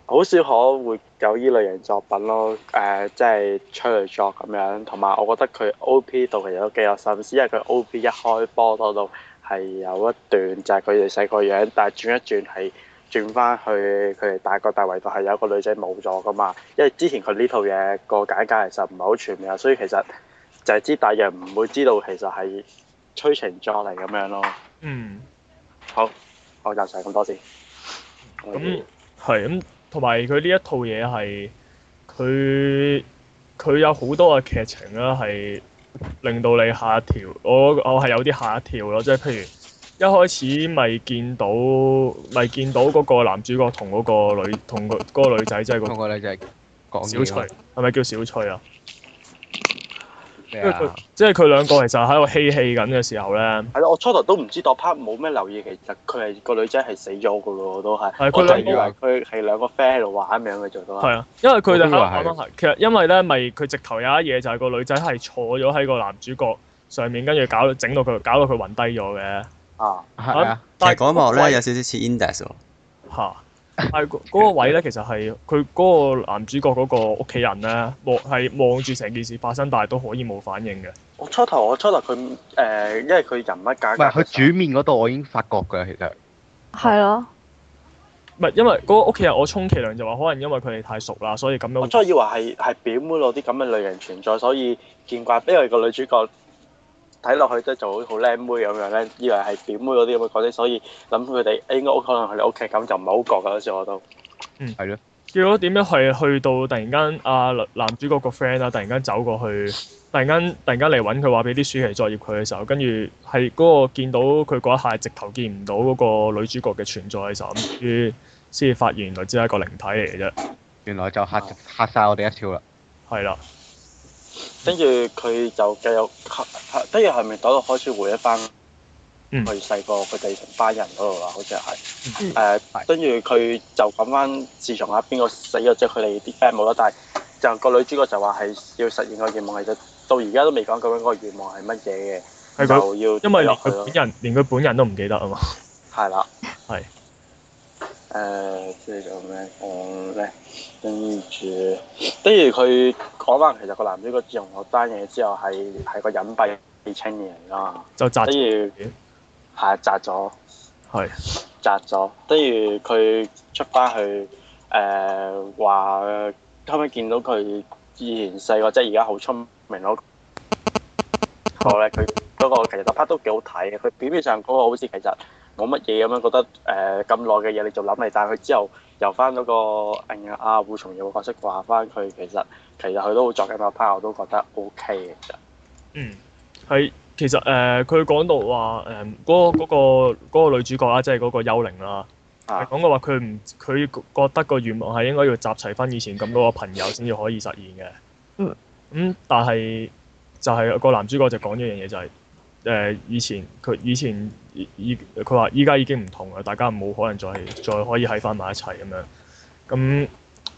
G: 好少可會有呢類型作品咯。誒、即係催淚作咁樣，同埋我覺得佢 O.P. 度其實都幾有心思，因為佢 O.P. 一開波嗰度係有一段就係佢哋細個樣，但係轉一轉係。轉翻去佢哋大個大圍度係有一個女仔冇咗噶嘛，因為之前佢呢套嘢個簡介其實唔係好全面啊，所以其實就係知大約唔會知道其實係催情作嚟咁樣咯。
B: 嗯，
G: 好，我就上咁多先。
B: 咁係咁，同埋佢呢一套嘢係佢佢有好多嘅劇情啦，係令到你嚇一跳，我我係有啲嚇一跳咯，即係譬如。一開始咪見到咪見到嗰個男主角同嗰個女同個嗰個女仔，即係個
D: 同個女仔講
B: 小翠係咪叫小翠啊？
D: 咩
B: 因為
D: 啊
B: 佢即係佢兩個其實喺度嬉戲緊嘅時候咧，
G: 係咯，我初頭都唔知道 part 冇咩留意，其實佢係個女仔係死咗噶咯，都係。
B: 係佢
G: 我就
B: 兩
G: 以為佢係兩個 friend 喺度玩咁樣嘅做到
B: 係
G: 係。
B: 啊，因為佢哋喺度
D: 我
B: 玩
D: 都以為係
B: 係其實因為咧，咪佢直頭有一嘢就係個女仔係坐咗喺個男主角上面，跟住搞到整到佢搞到佢暈低咗嘅
G: 啊，
D: 係啊，
A: 其實嗰一幕咧
B: 但係
A: 有少少似 index 喎，
B: *laughs* 嚇。但係嗰嗰個位咧，其實係佢嗰個男主角嗰個屋企人咧，望係望住成件事發生，但係都可以冇反應嘅。
G: 我初頭我初頭佢誒、因為佢人物
D: 唔
G: 簡介
D: 係佢煮面嗰度我已經發覺㗎，其實
C: 係咯，
B: 唔係因為嗰個屋企人，我充其量就話可能因為佢哋太熟啦，所以咁
G: 我
B: 樣
G: 初以為係係表妹嗰啲咁嘅類型存在，所以見怪，因為個女主角睇落去都做好好靚妹咁樣咧，以為係表妹嗰啲咁嘅角色，所以諗佢哋應該屋可能佢哋屋企咁就唔係好覺㗎嗰時我都
B: 結果點樣係去到突然間啊男主角個 friend 啊啦，突然間走過去，突然間突然間嚟揾佢話俾啲暑期作業佢嘅時候，跟住係嗰個見到佢嗰一下直頭見唔到嗰個女主角嘅存在嘅時候，咁於先至發現原來只係一個靈體嚟嘅啫，
D: 原來
B: 啊
D: 就嚇嚇曬我哋一跳啦。
B: 係啦，
G: 跟住佢就繼續，跟住後面嗰度開始回憶翻
B: 嗯
G: 佢細個佢哋成班人嗰度啦，啊好似係
B: 嗯
G: 誒
D: 係，
G: 跟住佢就講翻，自從阿邊個死咗之後，佢哋啲 friend 冇咗，但係就個女主角就話係要實現個願望，其實到而家都未講究竟個願望係乜嘢嘅。
B: 係佢
G: 就要
B: 因為
G: 睇
B: 連
G: 落去
B: 佢
G: 咯
B: 本，人連佢本人都唔記得啊嘛，
G: 係啦，
B: 係
G: 誒、誒，即係做咩講咧？跟住，跟住佢講翻，其實個男主角自從學單嘢之後，係係個隱蔽青年嚟啦。
B: 就扎
G: 跟住係擲咗，
B: 係
G: 擲咗。跟住佢出翻去誒話，後尾見到佢以前細個，即係而家好聰明嗰個咧，佢嗰個其實 part 都幾好睇嘅。佢表面上嗰個好似其實冇乜嘢咁樣，覺得誒咁耐嘅嘢你就諗嚟，但係佢之後由翻嗰個誒阿胡松耀嘅角色話翻佢，其實其實佢都好作緊個 part，我都覺得 O K 嘅。其實
B: 嗯，係其實誒，呃佢、講到話誒嗰個嗰、個嗰個女主角啊啦，即係嗰個幽靈啦，
G: 啊
B: 係講過話佢唔佢覺得個願望係應該要集齊翻以前咁多個朋友先至可以實現嘅。
C: 嗯
B: 咁、但係就係、個男主角就講咗一樣嘢就係、誒、以前佢以前以以佢話依家已經唔同啦，大家冇可能再再可以喺翻埋一齊咁樣。咁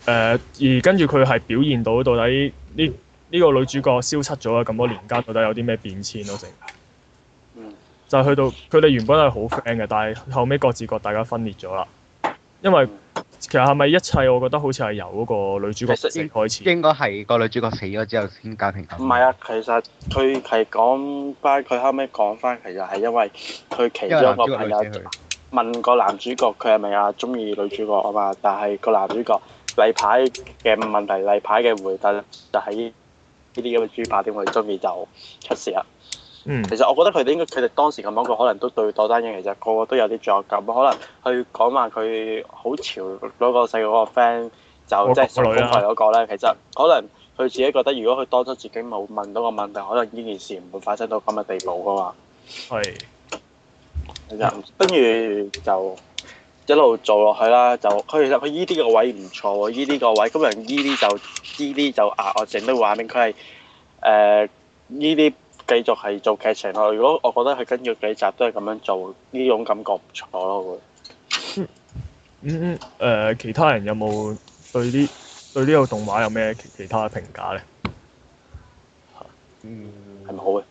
B: 誒、而跟住佢係表現到到底呢呢、個女主角消失咗嘅咁多年間，到底有啲咩變遷咯？成
G: 嗯
B: 就係去到佢哋原本係好 friend 嘅，但係後尾各自各大家分裂咗啦。因為其實係咪一切，我覺得好似係由嗰個女主角
G: 嗯其實
B: 先開始。
D: 應該係個女主角死咗之後先搞成咁。
G: 唔係啊，其實佢係講翻，佢後尾講翻，其實係因為佢其
D: 因
G: 中
D: 為
G: 一
D: 男
G: 個朋
D: 主角女
G: 友啊
D: 死佢。
G: 問個男主角佢係咪啊中意女主角啊嘛，但係個男主角例牌嘅問題，例牌嘅回答就係呢啲咁嘅豬扒點會中意就出事啊啦。
B: 嗯，
G: 其實我覺得佢哋應該佢哋當時咁講過，可能都對嗰單嘢其實個個都有啲罪惡感，可能去講話佢好潮嗰個細個嗰個 friend 就即係受
B: 我
G: 公
B: 女啊
G: 費嗰個咧，其實可能佢自己覺得，如果佢當初自己冇問到個問題，可能呢件事唔會發生到咁嘅地步噶嘛。
B: 係
G: 其實跟住就一路做落去啦，就佢其實佢依啲個位唔錯喎，依啲個位咁人依啲就依啲就額外整啲畫面，佢係誒依啲繼續係做劇情咯。如果我覺得佢跟住幾集都係咁樣做，呢種感覺唔錯咯會。
B: 嗯嗯誒、其他人有冇對呢對呢個動畫有咩其其他嘅評價咧？
G: 係咪好啊嘅？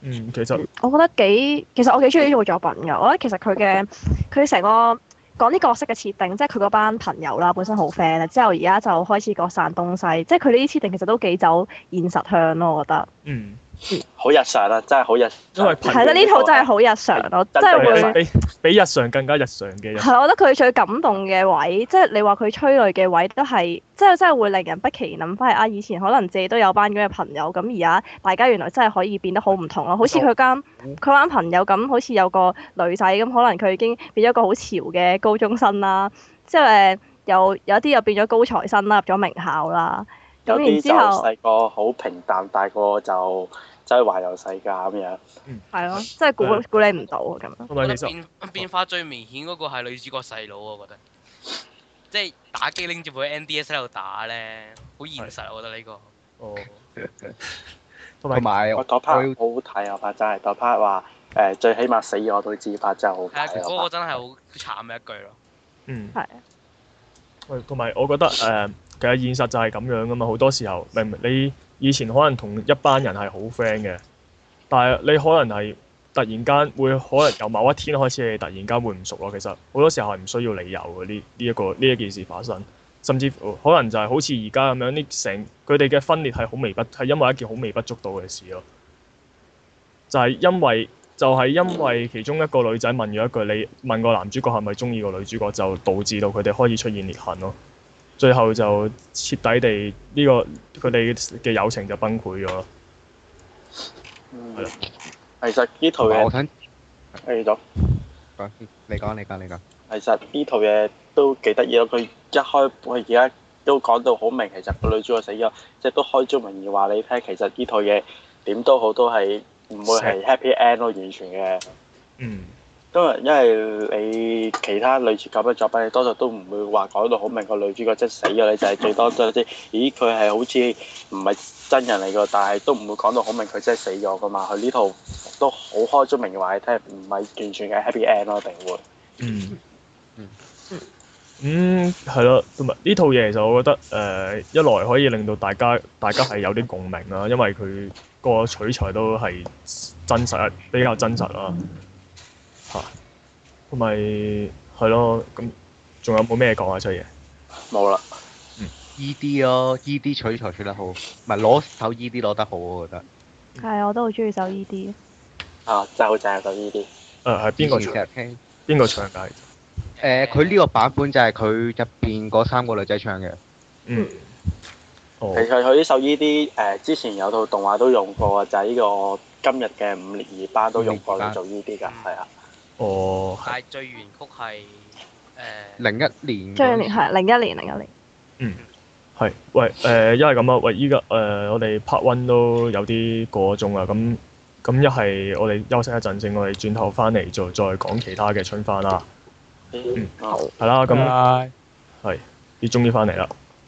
B: 嗯，其實
C: 我覺得幾，其實我幾中意呢套作品㗎。我覺得其實佢嘅佢成個講啲角色嘅設定，即係佢嗰班朋友啦，本身好 friend 啦，之後而家就開始各散東西，即係佢呢啲設定其實都幾走現實向咯。我覺得
B: 嗯，
G: 好日常啦，真係好日常。
B: 因為朋友
C: 係啦，呢套真係好日常咯，即
G: 真
C: 係
G: 係
C: 會
G: 日常
B: 嗯比比比日常更加日常嘅
G: 啊
B: 日常。
C: 係，我覺得佢最感動嘅位，即係你話佢催淚嘅位都係，即係真係會令人不期然諗翻啊！以前可能自己都有班咁嘅朋友，咁而家大家原來真係可以變得好唔同咯。好
G: 哦
C: 似佢間佢班朋友咁，好似有個女仔咁，可能佢已經變咗一個好潮嘅高中生啦。之後誒，有有啲又變咗高材生啦，入咗名校啦。咁
G: 有
C: 然
G: 啲就
C: 之後
G: 細個好平淡，大個就走去環遊世界咁樣。
C: 係咯，即係估
G: 嗯
B: 係
C: 估你唔到咁樣。
B: 同
F: 我
B: 埋
F: 覺
B: 其
F: 得
B: 實
F: 變變化最明顯嗰個係女主角細佬，啊我覺得，即係打機拎住部 NDS 喺度打咧，好現實啊！我覺得呢個
B: 哦，
D: 同埋
G: 我
D: 我
G: 嗰 part
D: 要
G: 好好睇啊！part 真係嗰 part 話誒，最起碼死我都知 part 真係好
F: 係啊，
G: 睇
F: 嗰
G: 啊
F: 個！真係好慘嘅一句咯。
B: 嗯，
C: 係
B: 喂，同埋我覺得誒、其實現實就係咁樣噶嘛。好多時候，明明你以前可能同一班人係好 friend 嘅，但係你可能係突然間會可能由某一天開始，你突然間會唔熟咯。其實好多時候係唔需要理由嘅呢呢一個呢一件事發生，甚至乎可能就係好似而家咁樣，呢成佢哋嘅分裂係好微不係因為一件好微不足道嘅事咯。就係因為就係、因為其中一個女仔問咗一句你問個男主角係咪中意個女主角，就導致到佢哋開始出現裂痕咯。最後就徹底地呢、個佢哋嘅友情就崩潰咗咯。
G: 嗯
B: 係啦
G: 其實呢套
D: 同埋我
G: 嘢
D: 想
F: 啊
G: 繼續，
D: 講先，你講你講你講。
G: 其實呢套嘢都幾得意咯。佢一開佢而家都講到好明，其實個女主角死咗，即係都開宗明義話你聽，其實呢套嘢點都好都係唔會係 happy end 咯，完全嘅。
B: 嗯，
G: 因為因為你其他類似咁嘅作品，你多數都唔會話講到好明個女主角即係死咗，你就係最多都有啲，咦佢係好似唔係真人嚟㗎，但係都唔會講到好明佢真係死咗㗎嘛。佢呢套都好開宗明義話你聽，唔係完全嘅 happy end 咯，一定會。
B: 嗯
D: 嗯，
B: 嗯，係咯，同埋呢套嘢其實我覺得誒、一來可以令到大家大家係有啲共鳴啦，因為佢個取材都係真實比較真實啦，嚇、同埋係咯，咁仲有冇咩講啊？出嘢
G: 冇啦。
D: ED E 咯，ED 取材取得好，唔係攞手 ED 攞得好，我覺得。
C: 係，我都好中意首 E D。
G: 啊，就就係到呢啲。
B: 誒呃係邊個
D: 以
B: 唱
D: 前成？日聽？
B: 邊個唱㗎？
D: 誒，佢呢個版本就係佢入邊嗰三個女仔唱嘅。
B: 嗯，哦
G: 其，實佢呢首呢啲誒，之前有套動畫都用過啊，就係、呢個今日嘅五年二班都用過嚟做呢啲㗎，係啊。
B: 哦，係
F: 但係最原曲係誒
D: 零一年嗰陣時。
C: 張年係零一年，零一年。
B: 係，喂，誒，因為咁啊，喂，依家誒，我哋 part one 都有啲過咗鐘啊，咁咁一係我哋休息一陣先，我哋轉頭翻嚟就再講其他嘅春番啦，
G: 嗯，好。
H: 啊
B: 係啦，咁
H: 拜拜
B: 你終於翻嚟啦，